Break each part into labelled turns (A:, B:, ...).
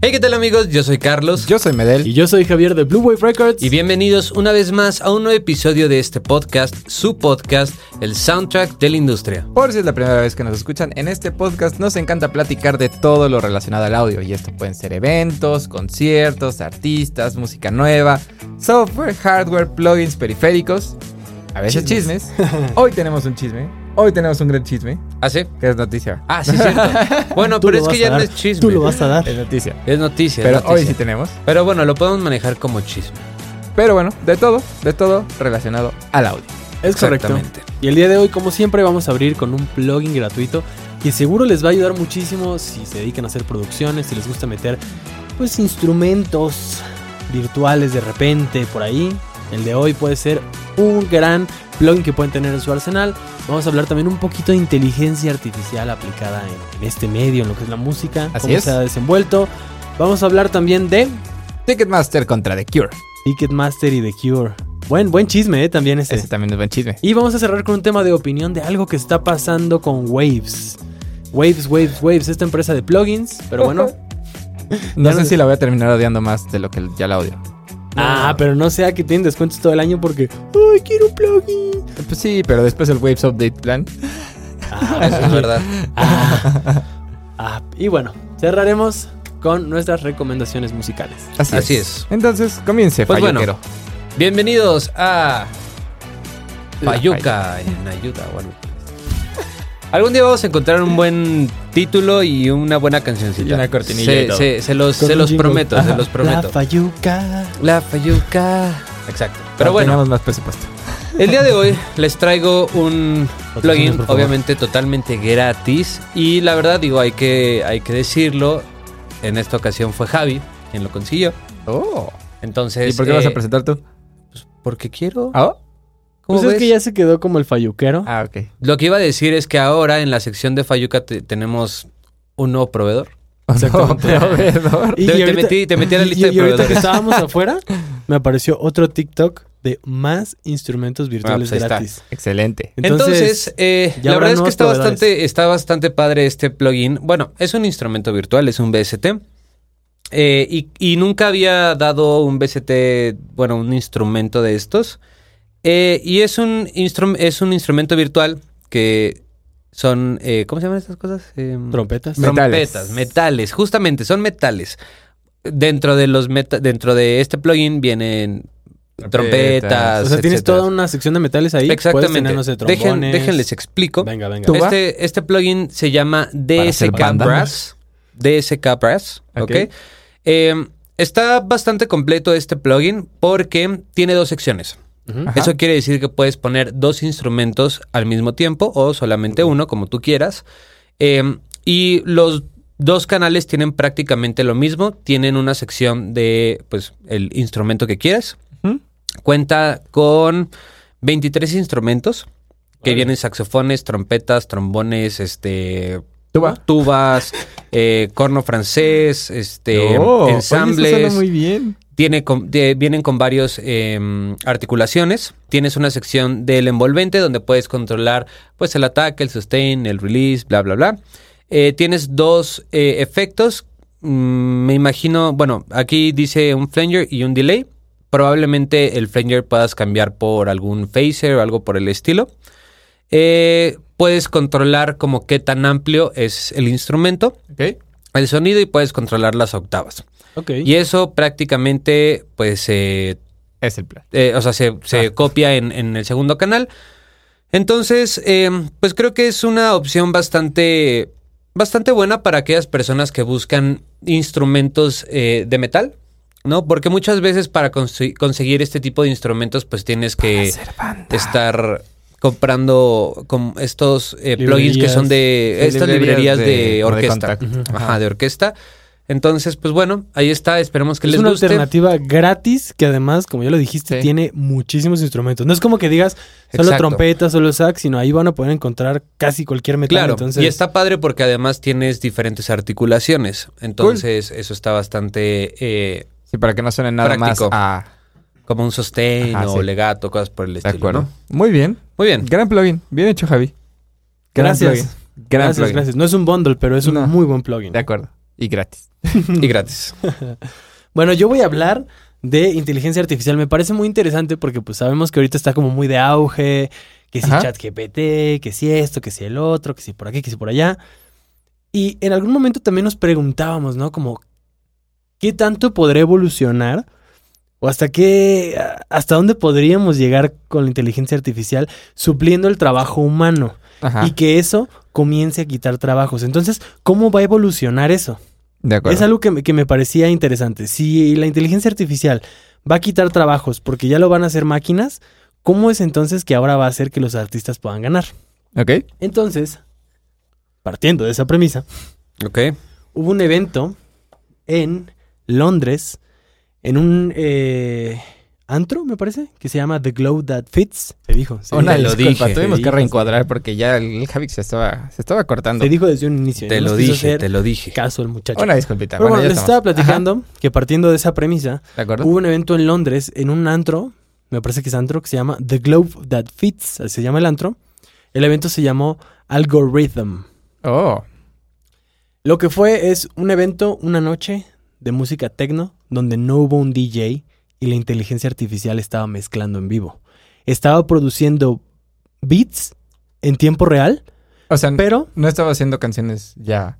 A: Hey, ¿qué tal amigos? Yo soy Carlos.
B: Yo soy Medel.
C: Y yo soy Javier de Blue Wave Records.
A: Y bienvenidos una vez más a un nuevo episodio de este podcast, su podcast, el soundtrack de la industria.
B: Por si es la primera vez que nos escuchan, en este podcast nos encanta platicar de todo lo relacionado al audio. Y esto pueden ser eventos, conciertos, artistas, música nueva, software, hardware, plugins, periféricos, a veces chismes. Hoy tenemos un chisme. Hoy tenemos un gran chisme,
A: ¿Ah, sí?
B: que es noticia.
A: Ah, sí, cierto. Bueno,
C: Tú
A: pero
C: lo
A: es que
C: vas
A: ya
C: a
A: no
C: dar.
A: es chisme.
C: Tú lo vas a dar.
B: Es Ah. noticia.
A: Es noticia. es
B: Pero hoy
A: noticia.
B: sí tenemos.
A: Pero bueno, lo podemos manejar como chisme.
B: Pero bueno, de todo, de todo relacionado al audio.
C: Es correcto.
A: Exactamente.
C: Y el día de hoy, como siempre, vamos a abrir con un plugin gratuito que seguro les va a ayudar muchísimo si se dedican a hacer producciones, si les gusta meter pues instrumentos virtuales de repente por ahí. El de hoy puede ser un gran plugin que pueden tener en su arsenal. Vamos a hablar también un poquito de inteligencia artificial aplicada en, en este medio, en lo que es la música,
B: Así
C: cómo
B: es.
C: se ha desenvuelto. Vamos a hablar también de
B: Ticketmaster contra The Cure.
C: Ticketmaster y The Cure. Buen, buen chisme, ¿eh? También este.
B: Ese también es buen chisme.
C: Y vamos a cerrar con un tema de opinión de algo que está pasando con Waves. Waves, Waves, Waves, esta empresa de plugins, pero bueno.
B: No
C: Ya
B: sé
C: nos-
B: si la voy a terminar odiando más de lo que ya la odio.
C: ah, pero no sea que tienen descuentos todo el año porque. ¡Ay, quiero un plugin!
B: Pues sí, pero después el Waves Update Plan.
A: Eso es verdad.
C: Ah. Ah, y bueno, cerraremos con nuestras recomendaciones musicales.
B: Así,
A: Así
B: es.
A: es.
B: Entonces, comience,
A: Pues bueno,
B: falluquero.
A: Bienvenidos a
B: La
A: Payuca en Ayuda o algo. Algún día vamos a encontrar un buen título y una buena cancioncita.
B: Y una cortinilla
A: Se,
B: y todo.
A: se- se los,
C: Con
A: se
C: un
A: los
C: jingle.
A: prometo, se
C: Ajá.
A: los
C: La
A: prometo.
C: Fayuca.
A: La Payuca. Exacto. Pero
B: Pero
A: bueno,
B: Ah, Tenemos más presupuesto.
A: el día de hoy les traigo un plugin,
C: por favor.
A: obviamente totalmente gratis. Y la verdad, digo, hay que, hay que decirlo. En esta ocasión fue Javi quien lo consiguió.
B: Oh.
A: Entonces.
B: ¿Y por qué vas
A: eh,
B: a presentar tú?
A: pues, porque quiero.
B: ¿Ah? oh?
A: ¿Cómo
C: Pues es
A: ves?
C: que ya se quedó como el Fayuquero.
B: Ah, ok.
A: Lo que iba a decir es que ahora en la sección de Fayuca te- tenemos un nuevo proveedor.
B: Exactamente.
C: Y- y
A: te, te
C: ahorita-
A: metí, te metí a la
C: Y-
A: lista
C: y,
A: de
C: ahorita que
A: proveedores.
C: estábamos afuera, me apareció otro TikTok de más instrumentos virtuales
A: Ah, pues ahí
C: gratis.
B: Excelente.
A: Entonces, eh,
C: ya
A: la
C: habrá
A: verdad es que
C: nuevos
A: está
C: proveedores.
A: bastante, está bastante padre este plugin. Bueno, es un instrumento virtual, es un BST. Eh, y, y nunca había dado un BST, bueno, un instrumento de estos. Eh, y es un, instrum- es un instrumento virtual que son, eh, ¿cómo se llaman estas cosas? Em,
C: trompetas.
B: Trom- Metales.
A: Trompetas, metales, justamente, son metales. Dentro de los meta- dentro de este plugin vienen trompetas.
B: Trompetas.
C: O sea, tienes
A: etcétera.
C: toda una sección de metales ahí. Puedes tener, no sé,
A: Dejen-
C: trombones.
A: déjenles explico.
C: Venga, venga.
B: Tú- ¿Tuba?
A: Este, este plugin se llama
B: hacer
A: DSK
B: banda.
A: Brass. DSK Brass, ¿ok?
B: Ok.
A: Eh, está bastante completo este plugin porque tiene dos secciones.
C: Ujú.
B: Ajá.
A: Eso quiere decir que puedes poner dos instrumentos al mismo tiempo o solamente uno, como tú quieras. Eh, y los dos canales tienen prácticamente lo mismo. Tienen una sección de, pues, el instrumento que quieras.
B: Ujú.
A: Cuenta con 23 instrumentos que
C: Órale.
A: vienen saxofones, trompetas, trombones, este...
B: ¿Tuba?
A: Tubas, eh, corno francés, este...
B: Oh, oye, eso suena
A: ensambles
B: muy bien.
A: tiene con- de- vienen con varios em, articulaciones. Tienes una sección del envolvente donde puedes controlar pues el ataque, el sustain, el release, bla, bla, bla. Eh, tienes dos eh, efectos. Mm, me imagino, bueno, aquí dice un flanger y un delay. Probablemente el flanger puedas cambiar por algún phaser o algo por el estilo. Eh, puedes controlar como qué tan amplio es el instrumento,
B: Ok.
A: el sonido y puedes controlar las octavas.
C: Ok.
A: Y eso prácticamente, pues, eh,
B: Es el plan.
A: eh, o sea, se, se
B: Ah.
A: copia en, en el segundo canal. Entonces, eh, pues creo que es una opción bastante, bastante buena para aquellas personas que buscan instrumentos eh, de metal, ¿no? Porque muchas veces para consi- conseguir este tipo de instrumentos, pues tienes que estar comprando con estos eh, plugins que
C: Librerías.
A: son de
B: Sí,
A: estas librerías,
B: librerías
A: de,
B: de- como de
A: orquesta.
B: contacto.
A: Ajá, de orquesta. Entonces, pues bueno, ahí está. Esperemos que
C: es
A: les
C: una
A: guste.
C: alternativa gratis que además, como ya lo dijiste,
B: Sí.
C: tiene muchísimos instrumentos. No es como que digas solo
A: Exacto.
C: trompetas, solo sax, sino ahí van a poder encontrar casi cualquier metal.
A: Claro,
C: entonces,
A: y está padre porque además tienes diferentes articulaciones. Entonces, eso está bastante eh,
B: Sí, para que no suene nada
A: Práctico.
B: más a...
A: como un sostén
B: Ajá,
A: o
B: sí.
A: legato, cosas por el
B: De
A: estilo.
B: acuerdo.
A: ¿no?
B: Muy bien.
A: Muy bien.
B: Gran plugin. Bien hecho, Javi. Gran
C: Gracias.
B: plugin. Gran
C: gracias,
B: plugin.
C: gracias. No es un bundle, pero es un
B: No.
C: muy buen plugin.
B: De acuerdo. Y gratis.
A: Y gratis.
C: Bueno, yo voy a hablar de inteligencia artificial. Me parece muy interesante porque pues sabemos que ahorita está como muy de auge, que si
B: Ajá.
C: ChatGPT, que si esto, que si el otro, que si por aquí, que si por allá. Y en algún momento también nos preguntábamos, ¿no? Como, ¿qué tanto podrá evolucionar? ¿O hasta qué, hasta dónde podríamos llegar con la inteligencia artificial supliendo el trabajo humano?
B: Ajá.
C: Y que eso comience a quitar trabajos. Entonces, ¿cómo va a evolucionar eso?
B: De acuerdo.
C: Es algo que, me- que me parecía interesante. Si la inteligencia artificial va a quitar trabajos porque ya lo van a hacer máquinas, ¿cómo es entonces que ahora va a hacer que los artistas puedan ganar?
B: Ok.
C: Entonces, partiendo de esa premisa,
A: Ok.
C: hubo un evento en Londres, en un eh, antro, me parece, que se llama The Glow That Fits. Se dijo. Se,
B: Una
A: te
C: dijo,
A: lo
B: disculpa,
A: dije.
B: tuvimos
C: Te
B: que
C: dije,
B: reencuadrar porque ya el Javix se estaba, se estaba cortando.
C: se dijo desde un inicio.
A: Te
C: no
A: lo
C: nos quiso
A: dije,
C: hacer
A: te lo dije.
C: caso el muchacho.
B: Una disculpita.
C: Pero bueno,
B: ya
C: les
B: estamos.
C: estaba platicando que partiendo de esa premisa,
B: Ajá, ¿De acuerdo?
C: Hubo un evento en Londres, en un antro, me parece que es antro, que se llama The Globe That Fits, así se llama el antro. El evento se llamó Algorithm.
B: Oh,
C: Lo que fue es un evento, una noche de música techno, donde no hubo un DJ y la inteligencia artificial estaba mezclando en vivo. Estaba produciendo beats en tiempo real,
B: o sea,
C: pero
B: no estaba haciendo canciones ya.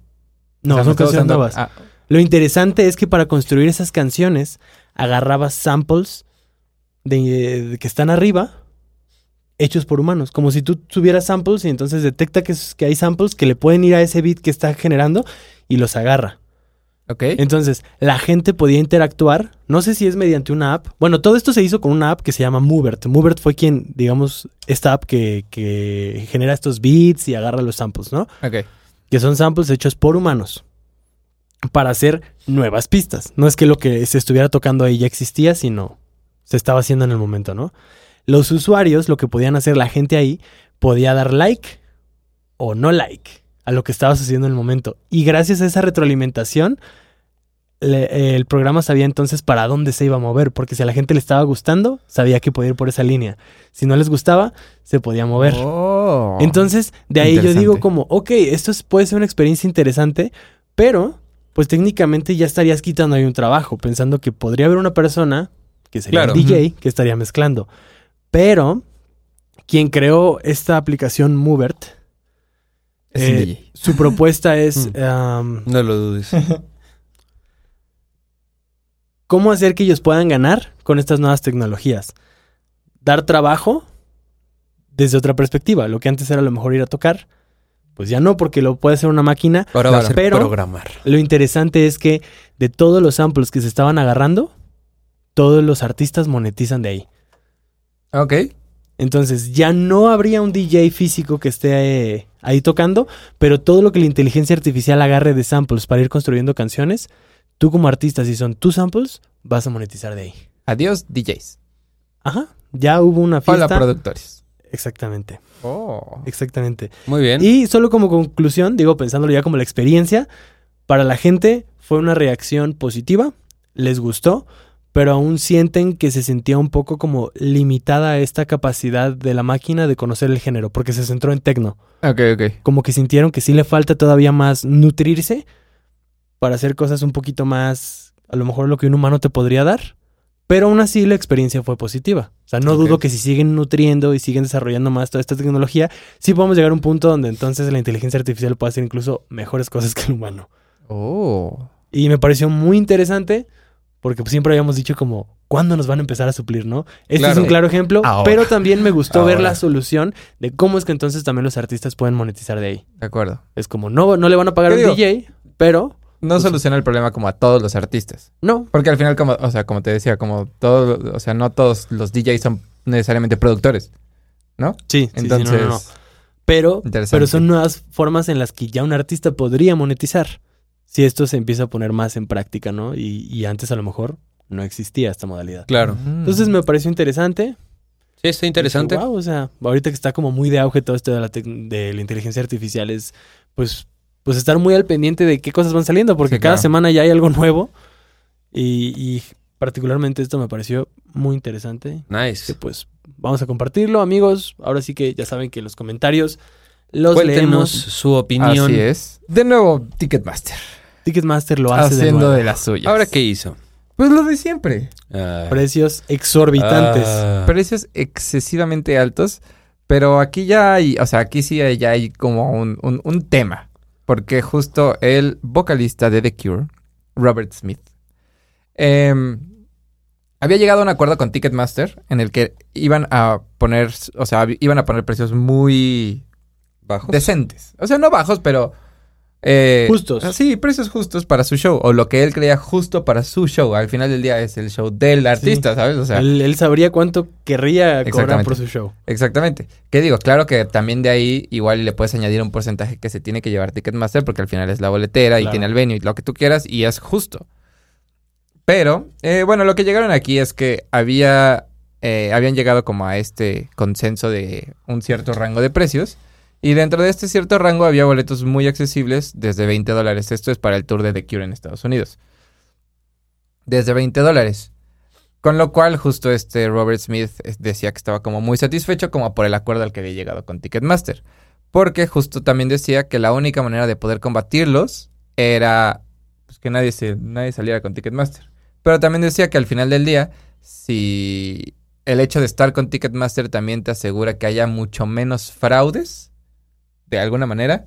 C: no,
B: O sea,
C: son
B: estaba
C: canciones
B: usando-
C: nuevas.
B: Ah,
C: Lo interesante es que para construir esas canciones agarraba samples de, de que están arriba hechos por humanos, como si tú tuvieras samples y entonces detecta que, es- que hay samples que le pueden ir a ese beat que está generando y los agarra.
B: Ah, ok.
C: Entonces, la gente podía interactuar, no sé si es mediante una app. Bueno, todo esto se hizo con una app que se llama Movert. Movert fue quien, digamos, esta app que, que genera estos beats y agarra los samples, ¿no?
B: Ok.
C: que son samples hechos por humanos para hacer nuevas pistas. No es que lo que se estuviera tocando ahí ya existía, sino se estaba haciendo en el momento, ¿no? Los usuarios, lo que podían hacer la gente ahí, podía dar like o no like a lo que estaba sucediendo en el momento. Y gracias a esa retroalimentación, le- el programa sabía entonces para dónde se iba a mover, porque si a la gente le estaba gustando, sabía que podía ir por esa línea. Si no les gustaba, se podía mover.
B: Oh.
C: Entonces, de ahí yo digo
B: Interesante.
C: como, ok, esto es- puede ser una experiencia interesante, pero pues técnicamente ya estarías quitando ahí un trabajo, pensando que podría haber una persona, que sería
A: Claro.
C: un DJ, que estaría mezclando. Pero, quien creó esta aplicación Movert,
B: Es
C: eh,
B: un DJ.
C: su propuesta es...
A: Mm.
C: am,
A: No lo dudes.
C: ¿Cómo hacer que ellos puedan ganar con estas nuevas tecnologías? Dar trabajo desde otra perspectiva. Lo que antes era a lo mejor ir a tocar, pues ya no, porque lo puede hacer una máquina.
A: Ahora va a
B: Claro.
A: ser
C: Pero-
A: programar.
C: Lo interesante es que de todos los samples que se estaban agarrando, todos los artistas monetizan de ahí.
B: Ok.
C: Entonces ya no habría un DJ físico que esté eh, ahí tocando, pero todo lo que la inteligencia artificial agarre de samples para ir construyendo canciones, tú como artista, si son tus samples, vas a monetizar de ahí.
B: Adiós, DJs.
C: Ajá, ya hubo una
B: Hola,
C: fiesta.
B: productores.
C: exactamente,
B: Oh.
C: exactamente.
A: Muy bien.
C: Y solo como conclusión, digo, pensándolo ya como la experiencia, para la gente fue una reacción positiva, les gustó, pero aún sienten que se sentía un poco como limitada esta capacidad de la máquina de conocer el género, porque se centró en tecno.
B: Ok, ok.
C: Como que sintieron que sí le falta todavía más nutrirse para hacer cosas un poquito más, a lo mejor lo que un humano te podría dar. Pero aún así la experiencia fue positiva. O sea, no
B: Ok.
C: dudo que si siguen nutriendo y siguen desarrollando más toda esta tecnología, sí podemos llegar a un punto donde entonces la inteligencia artificial puede hacer incluso mejores cosas que el humano.
B: Oh.
C: Y me pareció muy interesante porque pues, siempre habíamos dicho como, ¿cuándo nos van a empezar a suplir, no? Este es
A: Claro.
C: un claro ejemplo,
B: Ahora.
C: pero también me gustó ver
B: Ahora.
C: la solución de cómo es que entonces también los artistas pueden monetizar de ahí.
B: De acuerdo.
C: Es como, no, no le van a pagar a
B: ¿Qué
C: un
B: digo?
C: DJ, pero
B: No soluciona el problema como a todos los artistas.
C: no.
B: Porque al final, como, o sea, como te decía, como todos, o sea, no todos los DJs son necesariamente productores.
C: Sí,
B: Entonces,
C: Pero,
B: interesante.
C: pero son nuevas formas en las que ya un artista podría monetizar si esto se empieza a poner más en práctica, ¿no? Y, y antes a lo mejor no existía esta modalidad.
A: Claro.
B: Mm.
C: Entonces me pareció interesante.
A: Sí, está interesante.
C: Dije, "Guau", o sea, ahorita que está como muy de auge todo esto de la, tec- de la inteligencia artificial es, pues, pues estar muy al pendiente de qué cosas van saliendo, porque
B: Sí,
C: cada
B: claro.
C: semana ya hay algo nuevo. Y, y particularmente esto me pareció muy interesante. Que
A: Nice.
C: pues vamos a compartirlo, amigos. Ahora sí que ya saben que los comentarios los
A: Cuéntenos
C: leemos.
A: su opinión.
B: Así es. De nuevo, Ticketmaster.
C: Ticketmaster lo hace de
B: haciendo
C: nuevo.
B: de las suyas.
A: ¿Ahora qué hizo?
B: Pues lo de siempre.
A: Ah.
C: Precios exorbitantes.
A: Ah.
B: precios excesivamente altos, pero aquí ya hay, o sea, aquí sí hay- ya hay como un, un- un tema, porque justo el vocalista de The Cure, Robert Smith, em, había llegado a un acuerdo con Ticketmaster en el que iban a poner, o sea, iban a poner precios muy
A: Bajos.
B: decentes, o sea, no bajos, pero eh,
C: Justos.
B: Sí, precios justos para su show, o lo que él creía justo para su show. Al final del día es el show del artista, ¿sabes? O sea,
C: él, él sabría cuánto querría cobrar
B: Exactamente.
C: por su show.
B: Exactamente. ¿Qué digo? Claro que también de ahí igual le puedes añadir un porcentaje que se tiene que llevar Ticketmaster porque al final es la boletera y
C: Claro.
B: tiene el venue y lo que tú quieras y es justo. Pero, eh, bueno, lo que llegaron aquí es que había, eh, habían llegado como a este consenso de un cierto rango de precios y dentro de este cierto rango había boletos muy accesibles desde 20 dólares. Esto es para el tour de The Cure en Estados Unidos. Desde 20 dólares. Con lo cual, justo este Robert Smith eh, decía que estaba como muy satisfecho como por el acuerdo al que había llegado con Ticketmaster. Porque justo también decía que la única manera de poder combatirlos era pues, que nadie, se, nadie saliera con Ticketmaster. Pero también decía que al final del día, si el hecho de estar con Ticketmaster también te asegura que haya mucho menos fraudes, de alguna manera,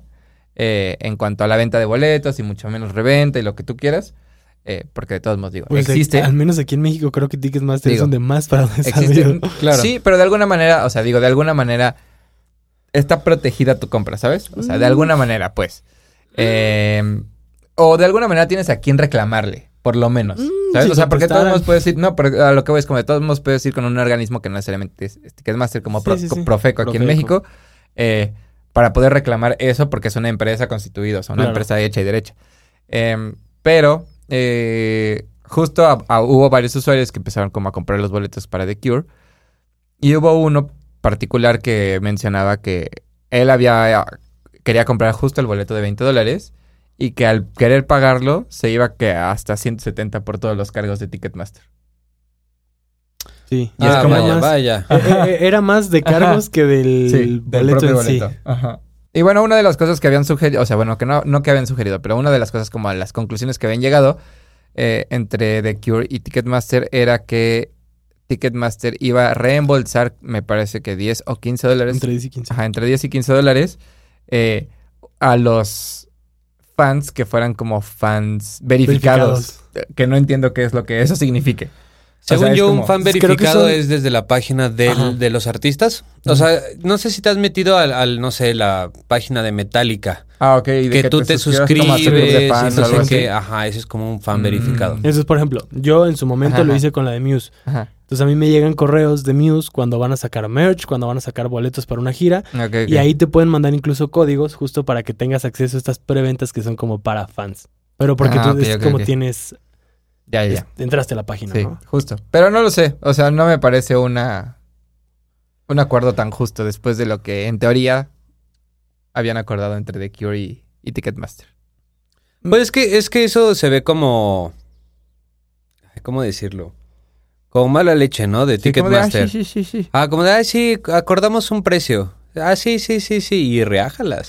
B: eh, en cuanto a la venta de boletos y mucho menos reventa y lo que tú quieras. eh, porque de todos modos digo,
C: Pues,
B: existe.
C: eh, al menos aquí en México creo que Ticketmaster es
B: Digo,
C: donde más fraudes ha habido.
B: Existen- Sí, pero de alguna manera, o sea, digo, de alguna manera está protegida tu compra, ¿sabes? O sea, de alguna
C: Mm.
B: manera, pues. Eh, o de alguna manera tienes a quien reclamarle, por lo menos.
C: Mm,
B: ¿Sabes?
C: si
B: o sea, porque de todos
C: contestaran.
B: modos puedes ir, no, pero a lo que voy es como de todos modos puedes ir con un organismo que no necesariamente es este, es Ticketmaster, como
C: Sí,
B: Pro-
C: sí, sí.
B: Profeco aquí en
C: Profeco.
B: México, eh, para poder reclamar eso porque es una empresa constituida, o sea, una
C: Claro.
B: empresa hecha y derecha. Em, pero eh, justo a- a- hubo varios usuarios que empezaron como a comprar los boletos para The Cure. Y hubo uno particular que mencionaba que él había eh, quería comprar justo el boleto de 20 dólares y que al querer pagarlo se iba que hasta 170 por todos los cargos de Ticketmaster.
C: Sí.
B: Y es
A: Ah,
B: como-
A: vaya,
C: más-
A: vaya.
C: eh, eh, era más de cargos que del boleto en sí.
B: Ajá. Y bueno, una de las cosas que habían sugerido, o sea, bueno, que no, no que habían sugerido, pero una de las cosas como a las conclusiones que habían llegado eh, entre The Cure y Ticketmaster era que Ticketmaster iba a reembolsar, me parece que 10 o 15 dólares
C: Entre 10 y 15.
B: ajá, entre 10 y 15 dólares eh, a los fans que fueran como fans verificados, eh, que no entiendo qué es lo que eso signifique.
A: Según
B: sea, es
A: yo, un
B: como-
A: fan
C: Creo que
A: verificado
C: son-
A: es desde la página del-
C: Ajá.
A: de los artistas. O sea, no sé si te has metido al, al, no sé, la página de Metallica.
B: Ah, ok. y de
A: Que, tú te,
B: suscribas como a tu club de
A: suscribes
B: fans
A: y
B: o
A: no
B: algo
A: sé
B: así.
A: qué. Ajá, eso es como un fan
B: Mm.
A: verificado.
C: Eso es, por ejemplo, yo en su momento
B: Ajá,
C: lo
B: ajá.
C: hice con la de Muse.
B: Ajá.
C: Entonces a mí me llegan correos de Muse cuando van a sacar merch, cuando van a sacar boletos para una gira.
B: Ok, ok.
C: Y ahí te pueden mandar incluso códigos justo para que tengas acceso a estas preventas que son como para fans. Pero porque
B: Ah,
C: tú
B: ok,
C: es
B: ok,
C: como
B: ok.
C: tienes...
B: Ya, ya, ya.
C: es- entraste a la página,
B: Sí,
C: ¿no?
B: justo. Pero no lo sé. O sea, no me parece una un acuerdo tan justo después de lo que en teoría habían acordado entre The Cure y, y Ticketmaster.
A: Pues es que, es que eso se ve como. ay, ¿Cómo decirlo? Como mala leche, ¿no? De
B: Sí, como de, ah,
A: Ticketmaster.
B: sí, sí, sí, sí.
A: Ah, como de, ay, sí, acordamos un precio. Ah, sí, sí, sí, sí. Y reájalas.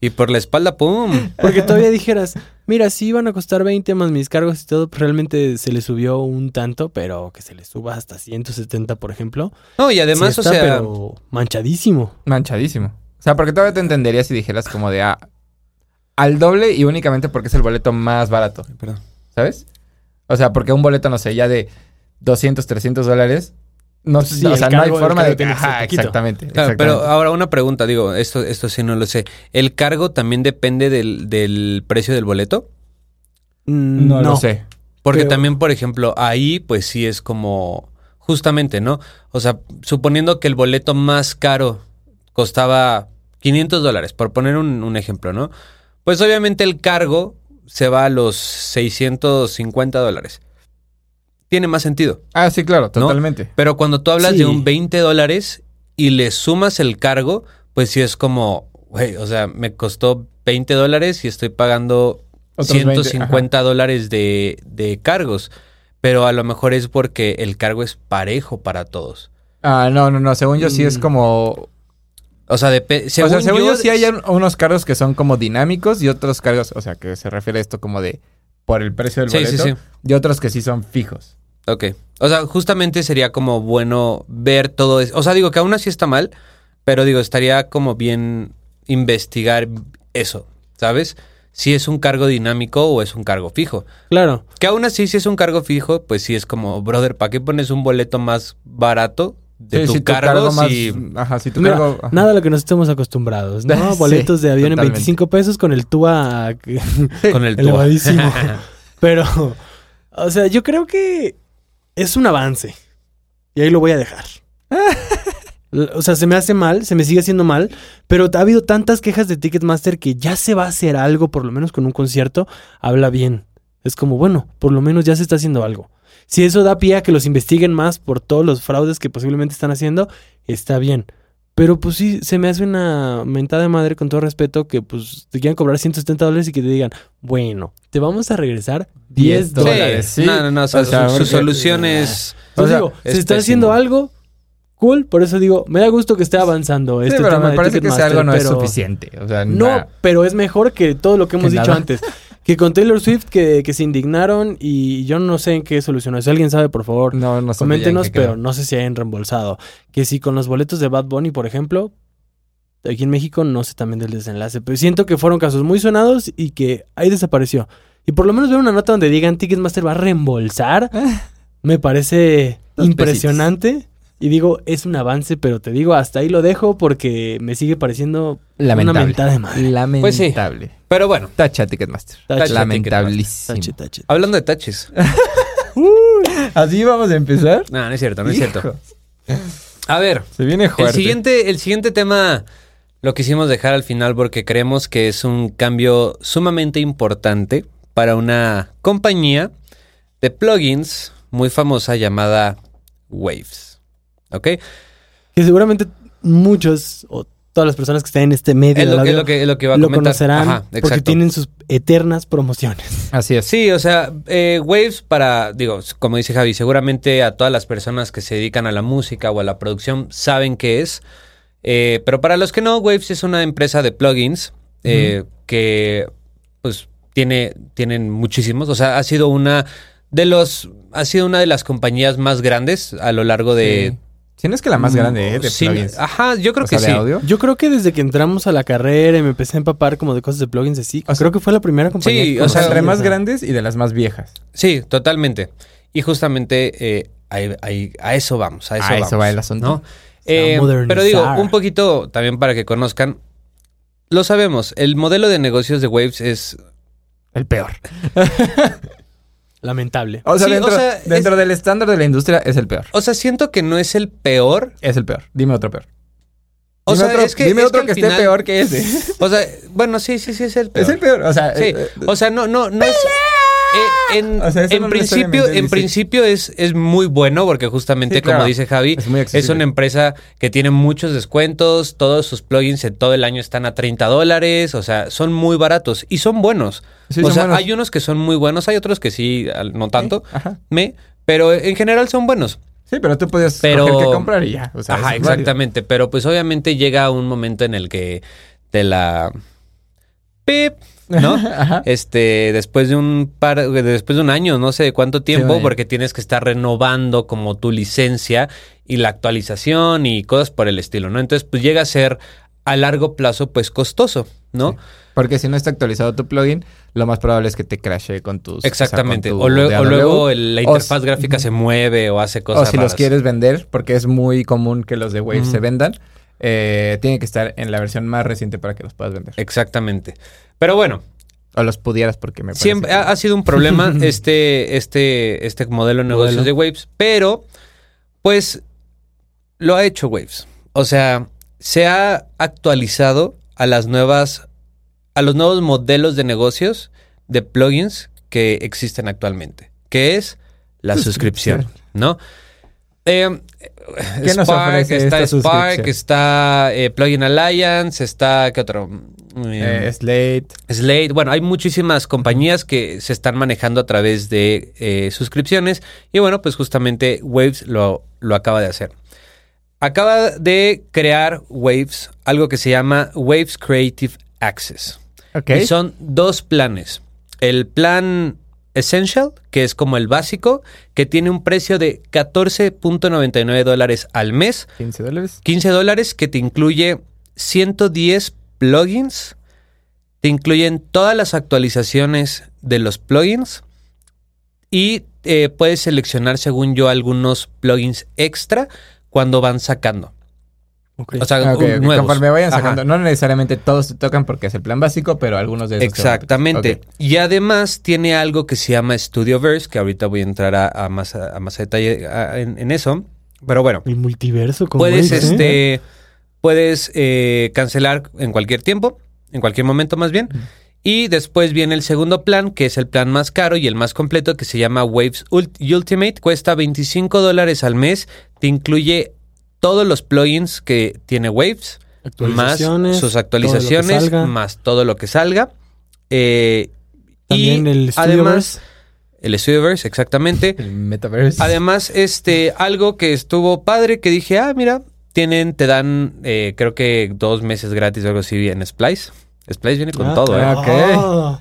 A: y por la espalda, ¡pum!
C: Porque todavía dijeras, mira, sí iban a costar 20 más mis cargos y todo, pues realmente se le subió un tanto, pero que se le suba hasta 170, por ejemplo.
A: No, y además,
C: sí
A: o
C: está,
A: sea.
C: pero manchadísimo.
B: Manchadísimo. O sea, porque todavía te entendería si dijeras como de ah, al doble y únicamente porque es el boleto más barato,
A: Perdón.
B: ¿sabes? O sea, porque un boleto, no sé, ya de 200, 300 dólares, no,
C: Sí,
B: o sea,
C: el
B: no hay
C: cargo- el
B: forma
C: cargo
B: de...
C: tiene que ser
B: Ajá,
C: poquito.
B: exactamente,
A: Claro,
B: exactamente.
A: Ah, pero ahora una pregunta, digo, esto, esto sí no lo sé. ¿El cargo también depende del, del precio del boleto?
C: Mm, No,
B: no lo sé.
A: Porque
C: Pero-
A: también, por ejemplo, ahí pues sí es como, justamente, ¿no? O sea, suponiendo que el boleto más caro costaba 500 dólares, por poner un, un ejemplo, ¿no? Pues obviamente el cargo se va a los 650 dólares. Tiene más sentido.
B: Ah, sí, claro, totalmente.
A: Pero cuando tú hablas
C: Sí.
A: de un 20 dólares y le sumas el cargo, pues sí es como, güey, o sea, me costó 20 dólares y estoy pagando
B: Otros 20,
A: 150 dólares de, de cargos. Pero a lo mejor es porque el cargo es parejo para todos.
B: Ah, no, no, no. Según yo sí es
C: Mm.
B: como.
A: O sea, depe-
B: O
A: según,
B: sea, según yo, sí hay
A: es-
B: un- unos cargos que son como dinámicos y otros cargos, o sea, que se refiere a esto como de por el precio del
A: Sí, sí,
B: boleto
A: sí.
B: y otros que sí son fijos.
A: Ok. O sea, justamente sería como bueno ver todo eso. O sea, digo que aún así está mal, pero digo, estaría como bien investigar eso, ¿sabes? Si es un cargo dinámico o es un cargo fijo.
C: Claro.
A: Que aún así, si es un cargo fijo, pues sí es como, brother, ¿para qué pones un boleto más barato de
B: Sí,
A: tu
B: si
A: cargo? si-
B: Ajá, si tu
C: Pues Mira,
B: cargo... ajá.
C: nada a lo que nos estemos acostumbrados, ¿no?
B: Sí,
C: Boletos de avión en
B: totalmente.
C: 25 pesos con el TUA
A: Con el tubo.
C: elevadísimo. Pero, o sea, yo creo que es un avance. Y ahí lo voy a dejar. L- O sea, se me hace mal, se me sigue haciendo mal, pero ha habido tantas quejas de Ticketmaster que ya se va a hacer algo, por lo menos con un concierto, habla bien. Es como, bueno, por lo menos ya se está haciendo algo. Si eso da pie a que los investiguen más por todos los fraudes que posiblemente están haciendo, está bien. Pero pues sí, se me hace una mentada de madre con todo respeto que pues te quieran cobrar 170 dólares y que te digan, bueno, te vamos a regresar 10
B: 10
A: Sí.
C: dólares.
B: dólares, sí.
A: No, no, no. o sea,
B: O sea,
A: su, su
B: porque-
A: solución es.
B: O
C: Entonces
B: sea,
C: digo,
A: es
C: se está
A: pésimo.
C: haciendo algo cool, por eso digo, me da gusto que esté avanzando
B: Sí,
C: este
B: pero
C: tema
B: me
C: de
B: parece que ese
C: Ticketmaster,
B: algo no es
C: pero-
B: suficiente. O sea,
C: No,
B: nada.
C: pero es mejor que todo lo que hemos
B: Que
C: dicho
B: nada.
C: antes. Que con Taylor Swift que, que se indignaron y yo no sé en qué solucionó. Si alguien sabe, por favor,
B: no, no sabía
C: coméntenos,
B: en qué quedó.
C: pero no sé si hayan reembolsado. Que si con los boletos de Bad Bunny, por ejemplo, aquí en México no sé también del desenlace, pero siento que fueron casos muy sonados y que ahí desapareció. Y por lo menos ver una nota donde digan Ticketmaster va a reembolsar, me parece
B: Dos
C: impresionante. Y digo, es un avance, pero te digo, hasta ahí lo dejo porque me sigue pareciendo una
B: Lamentable.
C: mentada de madre.
B: Lamentable.
A: Pues sí. Pero bueno,
B: Tacha Ticketmaster.
C: Tacha
B: Lamentablísimo.
C: Tache, tache.
A: hablando de taches.
B: ¿Así vamos a empezar?
A: No, no es cierto, no es cierto.
B: Hijo,
A: A ver,
B: Se viene
A: el
B: fuerte.
A: siguiente, el siguiente tema lo quisimos dejar al final porque creemos que es un cambio sumamente importante para una compañía de plugins muy famosa llamada Waves. ¿Ok?
C: Que seguramente muchos o todas las personas que estén en este medio
A: Es
C: del
A: lo, que, es
C: audio
A: lo que- es lo que iba a
C: lo
A: comentar.
C: conocerán
A: Ajá,
C: porque
A: exacto.
C: tienen sus eternas promociones.
B: Así es.
A: Sí, o sea, eh, Waves para, digo, como dice Javi, seguramente a todas las personas que se dedican a la música o a la producción saben qué es. Eh, pero para los que no, Waves es una empresa de plugins eh, que, pues, tiene, tienen muchísimos. O sea, ha sido una de los, ha sido una de las compañías más grandes a lo largo de...
B: Sí. Si no es que la más grande, ¿eh? De
A: Mm, Sí,
B: plugins.
A: Ajá, yo creo
B: O sea,
A: que
B: de
A: sí.
B: audio.
C: Yo creo que desde que entramos a la carrera y me empecé a empapar como de cosas de plugins así,
B: O sea,
C: creo que fue la primera compañía.
A: Ah, sí,
C: que
A: o
B: O
A: sea,
B: sea,
C: conocí,
B: entre más
C: ¿no?
B: grandes y de las más viejas.
A: Sí, totalmente. Y justamente eh, ahí- ahí- a eso vamos, a eso
B: A eso
A: vamos.
B: va el asunto.
A: ¿no? Eh,
C: modernizar.
A: pero digo, un poquito también para que conozcan. Lo sabemos, el modelo de negocios de Waves es...
B: El peor.
C: Lamentable.
B: O sea,
A: Sí, o
B: dentro,
A: sea, es-
B: dentro del estándar de la industria es el peor.
A: O sea, siento que no es el peor.
B: Es el peor. Dime otro peor.
A: O
B: dime
A: sea,
B: otro
A: es que...
B: dime
A: es
B: otro
A: al
B: que, esté
A: final-
B: peor que ese.
A: O sea, bueno, sí, sí, sí, es el peor.
B: Es el peor. O sea,
A: Sí,
B: eh, eh,
A: o sea, no, no, no es... eh, en
B: O sea, eso
A: en
B: no
A: principio,
B: necesariamente
A: en
B: dice-
A: principio es, es muy bueno porque justamente
B: Sí,
A: como
B: claro.
A: dice Javi,
B: es muy accesible.
A: Es una empresa que tiene muchos descuentos, todos sus plugins en todo el año están a 30 dólares, o sea, son muy baratos y son buenos.
B: Sí,
A: o
B: son
A: sea,
B: buenos.
A: hay unos que son muy buenos, hay otros que sí, al- no tanto,
B: Ajá.
A: me, pero en general son buenos.
B: Sí, pero tú podías
A: Pero-
B: escoger qué comprar y ya. O sea,
A: Ajá,
B: es válido.
A: exactamente, pero pues obviamente llega un momento en el que te la... Pip, ¿no?
B: Ajá.
A: Este, después de un par, después de un año, no sé de cuánto tiempo,
B: vaya.
A: porque tienes que estar renovando como tu licencia y la actualización y cosas por el estilo, ¿no? Entonces, pues llega a ser a largo plazo, pues costoso, ¿no?
B: Porque si no está actualizado tu plugin, lo más probable es que te crashe con tus.
A: Exactamente.
B: pues, sea,
A: O, lue-
B: con tu
A: o
B: DAW.
A: luego el- la
B: O
A: interfaz
B: si-
A: gráfica se mueve o hace
B: O
A: cosas.
B: si
A: raras.
B: los quieres vender, porque es muy común que los de Wave
A: Ujú.
B: se vendan, eh, tiene que estar en la versión más reciente para que los puedas vender.
A: Exactamente. Pero bueno,
B: O los pudieras, porque me parece.
A: Siempre ah,
B: que-
A: ha, ha sido un problema este, este, este modelo de negocios
C: Modelo.
A: de Waves, pero pues lo ha hecho Waves. O sea, se ha actualizado a las nuevas, a los nuevos modelos de negocios de plugins que existen actualmente, que es la suscripción, ¿no? Eh,
B: ¿Qué nos
A: Spark,
B: ofrece
A: está
B: esta
A: Spark,
B: suscripción?
A: está eh, Plugin Alliance, está, ¿qué otro? Eh,
B: Eh, Slate.
A: Slate, bueno, hay muchísimas compañías que se están manejando a través de eh, suscripciones y bueno, pues justamente Waves lo, lo acaba de hacer. Acaba de crear Waves, algo que se llama Waves Creative Access.
B: Ok.
A: Y son dos planes. El plan Essential, que es como el básico, que tiene un precio de 14.99 dólares al mes.
B: 15 dólares.
A: 15 dólares que te incluye 110 plugins. Te incluyen todas las actualizaciones de los plugins. Y eh, puedes seleccionar, según yo, algunos plugins extra cuando van sacando.
C: Ok.
A: O sea,
B: Ah, ok,
A: un-
B: ok,
A: nuevos.
B: Conforme vayan
A: Ajá.
B: sacando. este No necesariamente todos te tocan porque es el plan básico, pero algunos de esos. te van a tocar.
A: Exactamente.
B: Ok.
A: Y además tiene algo que se llama Studioverse, que ahorita voy a entrar a, a más, a, a más detalle a- en, en eso. Pero bueno,
C: el multiverso como
A: puedes,
C: es, ¿eh?
A: este, puedes eh, cancelar en cualquier tiempo, en cualquier momento más
C: Mm.
A: bien. Y después viene el segundo plan, que es el plan más caro y el más completo, que se llama Waves Ult- Ultimate. Cuesta 25 dólares al mes. Te incluye todos los plugins que tiene Waves más
C: Actualizaciones,
A: sus
C: todo lo que
A: actualizaciones,
C: salga.
A: más todo lo que salga. Eh,
C: También
A: y
C: el
A: además,
C: Studioverse.
A: el Studioverse, exactamente.
B: El metaverse.
A: Además, este, algo que estuvo padre que dije, ah, mira, tienen, te dan, eh, creo que dos meses gratis o algo así en Splice. Splice viene con
C: Ah,
A: todo, ¿eh?
B: claro. ¿eh?
C: ah,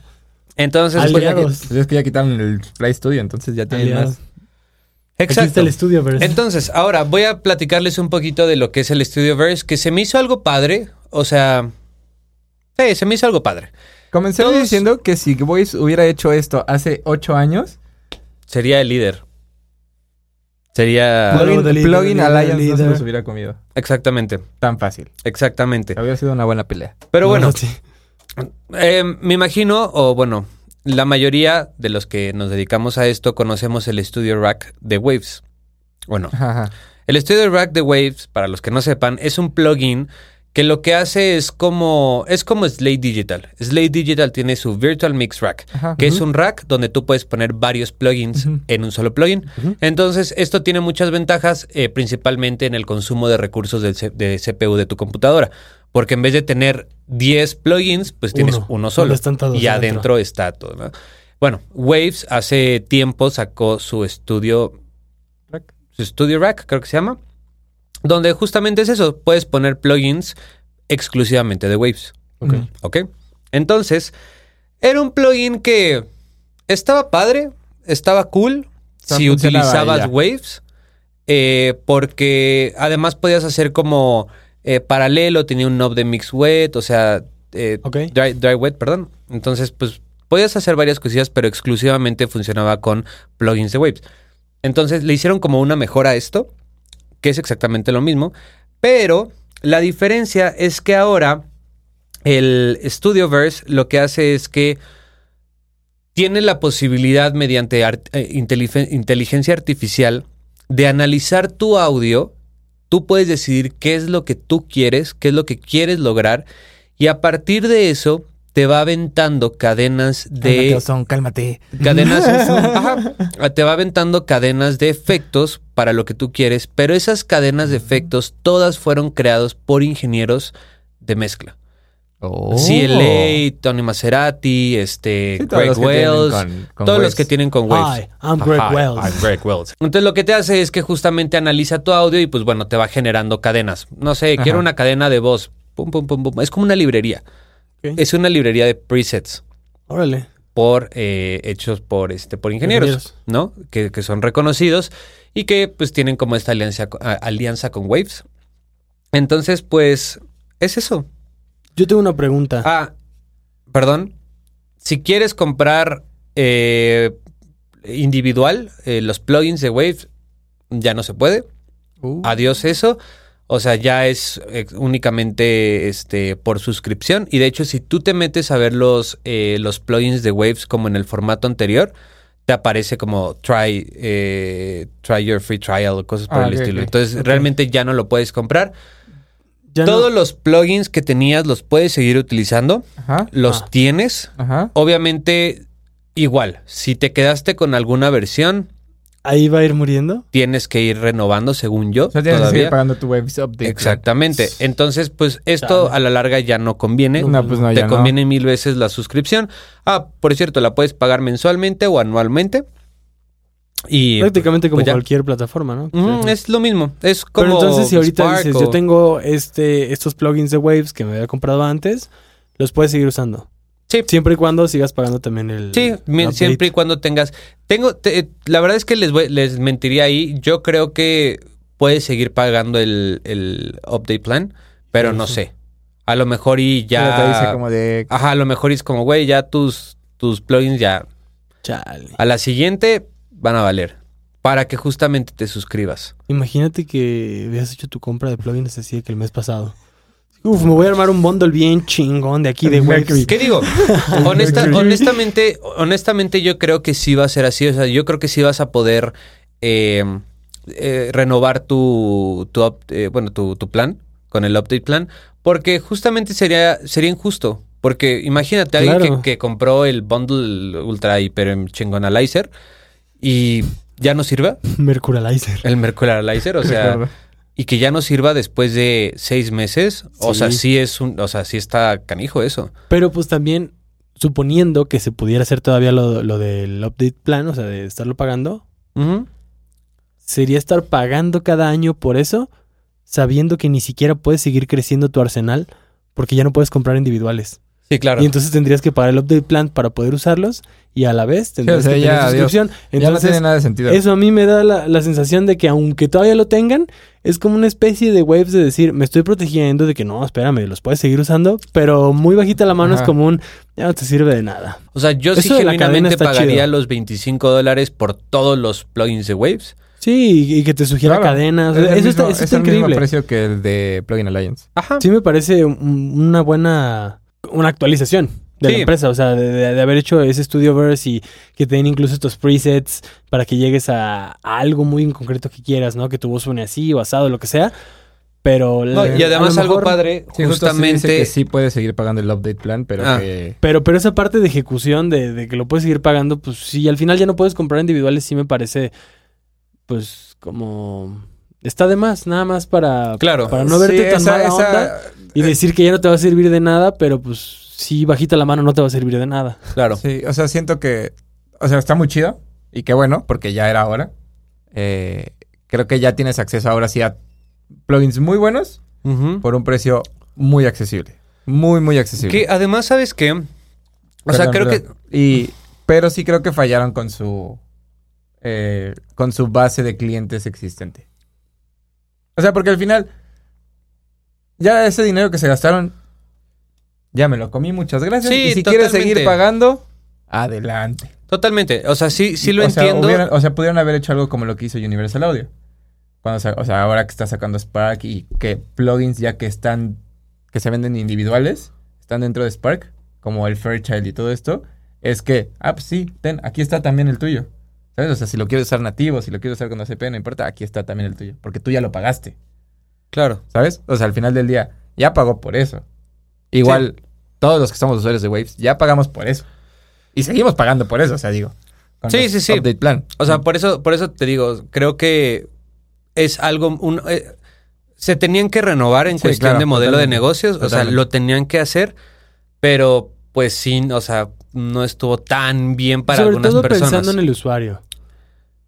A: Entonces,
C: Al-
B: Pues ya,
C: Aliados.
B: qui- pues es que ya quitaron el Play Studio, entonces ya tienen
C: aliados.
B: más.
C: Aquí está
A: exacto.
C: el Studioverse.
A: Entonces, ahora voy a platicarles un poquito de lo que es el Studioverse, que se me hizo algo padre. O sea, sí, se me hizo algo padre.
B: Comencé
A: Todos-
B: diciendo que si Voice hubiera hecho esto hace 8 años,
A: Sería el líder. Sería.
C: Bueno,
B: Plugin,
C: líder,
B: Plugin
C: líder,
B: Alliance no se
C: líder.
B: los hubiera comido.
A: Exactamente,
B: Tan fácil.
A: exactamente.
B: Habría sido una buena pelea.
A: Pero
C: No,
A: bueno,
C: sí.
A: eh, me imagino, o bueno, la mayoría de los que nos dedicamos a esto conocemos el Studio Rack de Waves. Bueno,
B: Ajá, ajá.
A: el Studio Rack de Waves, para los que no sepan, es un plugin que lo que hace es como es como Slate Digital. Slate Digital tiene su Virtual Mix Rack.
B: Ajá.
A: que es un rack donde tú puedes poner varios plugins
B: Ujú.
A: en un solo plugin.
C: Ujú.
A: Entonces, esto tiene muchas ventajas, eh, principalmente en el consumo de recursos del C- de CPU de tu computadora. Porque en vez de tener 10 plugins, pues tienes
C: Uno.
A: uno, solo.
C: Donde están todos
A: y
C: adentro.
A: adentro está todo. ¿no? Bueno, Waves hace tiempo sacó su estudio
B: Rack.
A: su Studio Rack, creo que se llama, donde justamente es eso, puedes poner plugins exclusivamente de Waves.
B: Ok.
C: Mm.
A: ¿Ok? Entonces, era un plugin que estaba padre, estaba cool,
B: sea,
A: si
B: funcionaba y ya.
A: utilizabas Waves, eh, porque además podías hacer como eh, paralelo, tenía un knob de mix wet, o sea, eh,
C: Ok.
A: dry, dry wet, perdón. Entonces, pues podías hacer varias cosillas, pero exclusivamente funcionaba con plugins de Waves. Entonces, le hicieron como una mejora a esto, que es exactamente lo mismo, pero la diferencia es que ahora el Studioverse lo que hace es que tiene la posibilidad mediante art- eh, intelife- inteligencia artificial de analizar tu audio. Tú puedes decidir qué es lo que tú quieres, qué es lo que quieres lograr y a partir de eso te va aventando cadenas
C: Ah,
A: de
B: Son, cálmate.
A: cadenas Ajá. te va aventando cadenas de efectos para lo que tú quieres, pero esas cadenas de efectos todas fueron creadas por ingenieros de mezcla.
B: Oh.
A: CLA, Tony Maserati, este
B: Sí, todos
A: Greg
B: los que tienen
A: Wells,
B: con- con
A: todos
B: Waves.
A: los que tienen con Waves.
C: Hi, I'm Greg
A: Hi,
C: Wells.
A: I'm Greg Wells. Entonces lo que te hace es que justamente analiza tu audio y pues bueno, te va generando cadenas. No sé,
B: Ajá.
A: quiero una cadena de voz. Pum, pum, pum, pum. Es como una librería.
C: Ok.
A: Es una librería de presets
C: Órale.
A: por eh, hechos por este por ingenieros,
C: Ingenieros.
A: ¿no? Que, que son reconocidos y que pues tienen como esta alianza, co- a- alianza con Waves. Entonces, pues es eso.
C: Yo tengo una pregunta.
A: Ah, perdón. Si quieres comprar eh, individual eh, los plugins de Waves, ya no se puede.
B: Uh.
A: Adiós eso. O sea, ya es eh, únicamente este, por suscripción. Y de hecho, si tú te metes a ver los, eh, los plugins de Waves como en el formato anterior, te aparece como try, eh, try your free trial o cosas por
B: Ah,
A: el
B: ok,
A: estilo.
B: ok,
A: Entonces,
B: ok.
A: realmente ya no lo puedes comprar.
C: Ya no-
A: Todos los plugins que tenías los puedes seguir utilizando.
B: Ajá.
A: Los
C: Ah.
A: tienes.
B: Ajá.
A: Obviamente, igual, si te quedaste con alguna versión,
C: ahí va a ir muriendo.
A: tienes que ir renovando, según yo.
B: O sea, tienes que seguir
A: todavía.
B: pagando tu Waves Update. ¿no?
A: Exactamente. Entonces, pues esto
C: Chale.
A: a la larga ya no conviene.
B: No, pues no,
A: Te
B: ya no.
A: conviene mil veces la suscripción. Ah, por cierto, la puedes pagar mensualmente o anualmente. Y
C: Prácticamente como
A: pues ya.
C: cualquier plataforma, ¿no?
A: Ujú,
C: Pero-
A: es lo mismo. Es como.
C: Pero entonces si ahorita
A: Spark
C: dices,
A: o-
C: yo tengo este, estos plugins de Waves que me había comprado antes, los puedes seguir usando.
A: Sí.
C: Siempre y cuando sigas pagando también el...
A: Sí, mi-
C: el
A: siempre y
C: update.
A: cuando tengas. Tengo, te- la verdad es que les, voy- les mentiría ahí. Yo creo que puedes seguir pagando el, el update plan, pero
C: Sí,
A: no
C: sí.
A: sé. A lo mejor y
B: Pero te dice
A: ya.
B: como de...
A: Ajá, a lo mejor y es como, güey, ya tus, tus plugins ya.
C: Chale.
A: A la siguiente van a valer. Para que justamente te suscribas.
C: Imagínate que hubieras hecho tu compra de plugins así de que el mes pasado. Uf, me voy a armar un bundle bien chingón de aquí de Waves.
A: ¿Qué digo? Honesta- honestamente, honestamente, yo creo que sí va a ser así. O sea, yo creo que sí vas a poder eh, eh, renovar tu, tu up- eh, bueno, tu, tu plan con el update plan, porque justamente sería, sería injusto. Porque imagínate a alguien
C: Claro.
A: que, que compró el bundle ultra hiper chingonalizer y ya no sirva
C: Mercuralizer.
A: el mercuralizer,
B: ah,
A: o sea, y que ya no sirva después de seis meses. O sea,
C: Sí.
A: sí es un, o sea, sí está canijo eso.
C: Pero pues también, suponiendo que se pudiera hacer todavía lo, lo del update plan, o sea, de estarlo pagando,
A: Ujú.
C: sería estar pagando cada año por eso, sabiendo que ni siquiera puedes seguir creciendo tu arsenal porque ya no puedes comprar individuales.
A: Sí, claro.
C: Y entonces tendrías que pagar el update plan para poder usarlos y a la vez tendrías
B: sea,
C: que
B: ya,
C: tener
B: adiós.
C: suscripción.
B: ya no
C: Entonces,
B: tiene nada de sentido.
C: eso a mí me da la, la sensación de que aunque todavía lo tengan, es como una especie de waves de decir, me estoy protegiendo de que no, espérame, los puedes seguir usando, pero muy bajita la mano
B: Ajá.
C: es como un, ya no te sirve de nada.
A: O sea, yo sí
C: Eso de la cadena
A: genuinamente
C: está
A: pagaría
C: chido.
A: los 25 dólares por todos los plugins de Waves.
C: Sí, y, y que te sugiera
B: Claro.
C: cadenas.
B: Es el
C: Eso
B: mismo-
C: está, eso
B: es
C: está
B: el mismo
C: increíble.
B: precio que el de Plugin Alliance.
A: Ajá.
C: Sí me parece un- una buena una actualización de la
A: Sí.
C: empresa, o sea, de, de- de haber hecho ese Studioverse y que te den incluso estos presets para que llegues a, a algo muy en concreto que quieras, ¿no? Que tu voz suene así o asado, lo que sea. Pero
A: No,
B: Eh,
C: la-
A: y
C: a
A: además
C: lo
A: algo
C: mejor-
A: padre,
B: Sí, justamente dice
A: justamente...
B: que sí puede seguir pagando el update plan, pero
A: Ah.
B: que
C: Pero, pero esa parte de ejecución, de, de que lo puedes seguir pagando, pues sí, al final ya no puedes comprar individuales, sí me parece, pues como... Está de más, nada más para,
A: Claro.
C: para no verte
B: Sí,
C: tan mala onda. Y decir que ya no te va a servir de nada, pero pues sí, bajita la mano, no te va a servir de nada.
A: Claro.
B: Sí, o sea, siento que, o sea, está muy chido y qué bueno, porque ya era hora. Eh, creo que ya tienes acceso ahora sí a plugins muy buenos
A: Ujú.
B: por un precio muy accesible. Muy, muy accesible.
A: Que además, ¿sabes qué? O sea,
B: Perdón,
A: creo
B: perdón. Y, pero sí creo que fallaron con su, eh, con su base de clientes existente. O sea, porque al final, ya ese dinero que se gastaron, ya me lo comí, muchas gracias.
A: Sí,
B: y si quieres
A: totalmente.
B: seguir pagando, adelante.
A: que... Totalmente. O sea, sí, sí lo
B: O sea,
A: entiendo.
B: hubieran- o sea, pudieron haber hecho algo como lo que hizo Universal Audio. Cuando sa- o sea, ahora que está sacando Spark y que plugins ya que están, que se venden individuales, están dentro de Spark, como el Fairchild y todo esto, es que, ah, pues sí, ten, aquí está también el tuyo. ¿Sabes? O sea, si lo quieres usar nativo, si lo quieres usar con ACP, no importa, aquí está también el tuyo. Porque tú ya lo pagaste,
A: Claro.
B: ¿sabes? O sea, al final del día, ya pagó por eso. Igual, todos los que somos usuarios de Waves, ya pagamos por eso. Y seguimos pagando por eso, o sea, digo. con
A: Sí,
B: los
A: sí, sí.
B: Update plan.
A: O sea, por eso, por eso te digo, creo que es algo... un- eh, se tenían que renovar en
B: Sí,
A: cuestión
B: claro,
A: de modelo de
B: totalmente.
A: negocios. O sea,
B: Totalmente.
A: lo tenían que hacer, pero pues sí, o sea, no estuvo tan bien para
C: Sobre
A: algunas
C: todo
A: personas.
C: pensando en el usuario.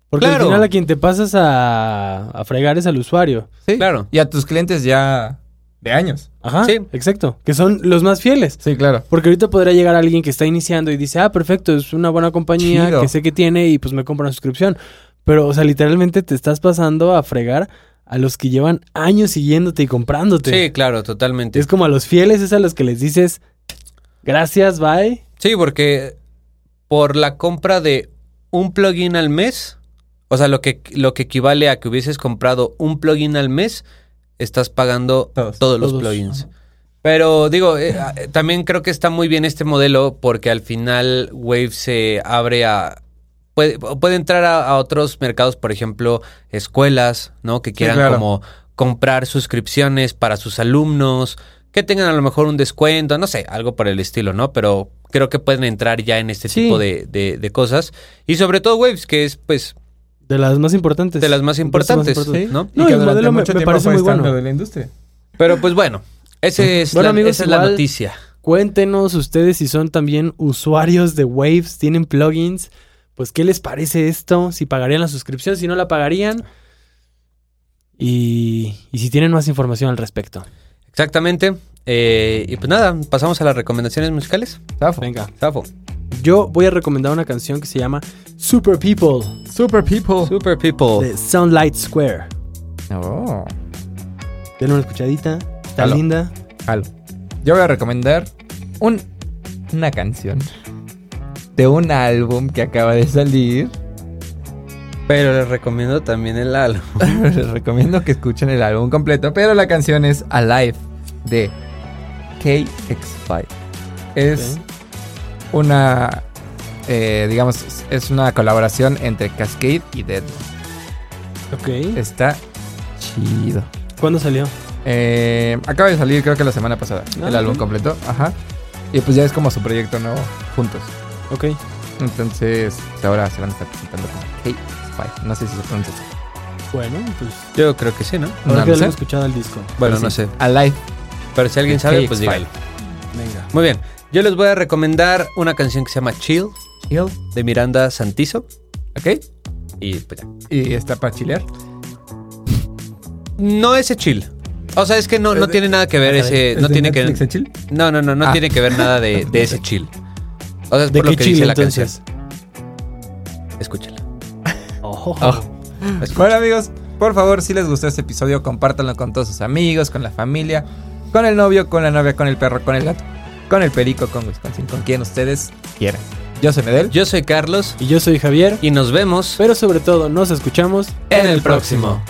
C: Porque
A: Claro.
C: al final a quien te pasas a, a fregar es al usuario.
B: Sí.
A: Claro.
B: Y a tus clientes ya de años.
C: Ajá.
A: Sí.
C: Exacto. Que son los más fieles.
B: Sí, claro.
C: Porque ahorita podrá llegar alguien que está iniciando y dice, ah, perfecto, es una buena compañía
B: Chido.
C: que sé que tiene y pues me compro una suscripción. Pero, o sea, literalmente te estás pasando a fregar a los que llevan años siguiéndote y comprándote.
A: Sí, claro, totalmente.
C: Es como a los fieles, es a los que les dices, gracias, bye.
A: Sí, porque por la compra de un plugin al mes, o sea, lo que, lo que equivale a que hubieses comprado un plugin al mes, estás pagando
B: Todos.
A: todos, los
C: Todos.
A: plugins. Pero digo, eh, a- eh, también creo que está muy bien este modelo porque al final Wave se abre a... Puede, puede entrar a, a otros mercados, por ejemplo, escuelas, ¿no? Que quieran
B: claro.
A: como comprar suscripciones para sus alumnos, que tengan a lo mejor un descuento, no sé, algo por el estilo, ¿no? Pero creo que pueden entrar ya en este
C: Sí.
A: tipo de, de- de cosas. Y sobre todo Waves, que es pues
C: De las más importantes.
A: de las más importantes,
C: importantes.
A: ¿no?
C: No,
B: que
C: el
B: durante
C: modelo me-
B: mucho
C: me
B: tiempo
C: parece
B: fue
C: muy
B: estándar
C: bueno.
B: de la industria.
A: Pero pues bueno, ese es
C: Bueno,
A: la-
C: amigos,
A: esa es la
C: igual-
A: noticia.
C: Cuéntenos ustedes si son también usuarios de Waves, tienen plugins. pues, ¿qué les parece esto? Si pagarían la suscripción, si no la pagarían. Y, y si tienen más información al respecto.
A: Exactamente. Eh, y pues nada, pasamos a las recomendaciones musicales.
B: Zafo.
C: Venga.
A: Safo.
C: Yo voy a recomendar una canción que se llama Super People
B: Super
C: Oh.
B: people.
A: Super People.
C: de Sunlight Square.
B: Oh.
C: Denle una escuchadita. Está
B: Jalo.
C: linda.
B: Jalo. Yo voy a recomendar un- una canción de un álbum que acaba de salir.
A: Pero les recomiendo también el álbum.
B: Les recomiendo que escuchen el álbum completo, pero la canción es Alive de KX5. Es
C: Ok.
B: una, eh, digamos, es- es una colaboración entre Cascade y Dead.
C: Ok.
B: Está chido.
C: ¿Cuándo salió?
B: Eh, acaba de salir, creo que la semana pasada,
C: Ah,
B: el álbum
C: ok.
B: completo. Ajá. Y pues ya es como su proyecto nuevo, juntos.
C: Ok.
B: Entonces, pues ahora se van a estar presentando como KX5. No sé si se pronuncia así.
C: Bueno, pues.
A: Yo creo que sí, ¿no?
B: No
C: Ahora
B: lo
C: que
B: sé.
C: hemos escuchado el disco.
A: Bueno,
B: Pero
A: no
B: sí,
A: sé.
B: Alive.
A: Pero si alguien
B: Ok,
A: sabe, pues
B: fine.
A: dígalo.
C: Venga.
A: Muy bien. Yo les voy a recomendar una canción que se llama Chill
B: Hill.
A: de Miranda Santizo.
B: Ok.
A: Y pues ya.
B: Y está para chilear.
A: No ese chill. O sea, es que no, no tiene nada que ver
C: Ah,
A: ese.
B: ¿Es
A: No
B: de
A: tiene que.
B: Netflix el chill?
A: No, no, no, no
B: Ah.
A: tiene que ver nada de, de ese chill. O sea, es
C: ¿De
A: por lo
C: qué
A: que dice
C: chile
A: la
C: entonces?
A: canción. Escúchala.
C: Ojo.
A: Ah.
B: Ojo. Bueno amigos, por favor, si les gustó este episodio, compártanlo con todos sus amigos, con la familia, con el novio, con la novia, con el perro, con el gato, con el perico, con Wisconsin, con quien ustedes quieran. Yo soy Medel.
A: Yo soy Carlos
C: Y yo soy Javier.
A: y nos vemos
C: Pero sobre todo, nos escuchamos
A: en el próximo.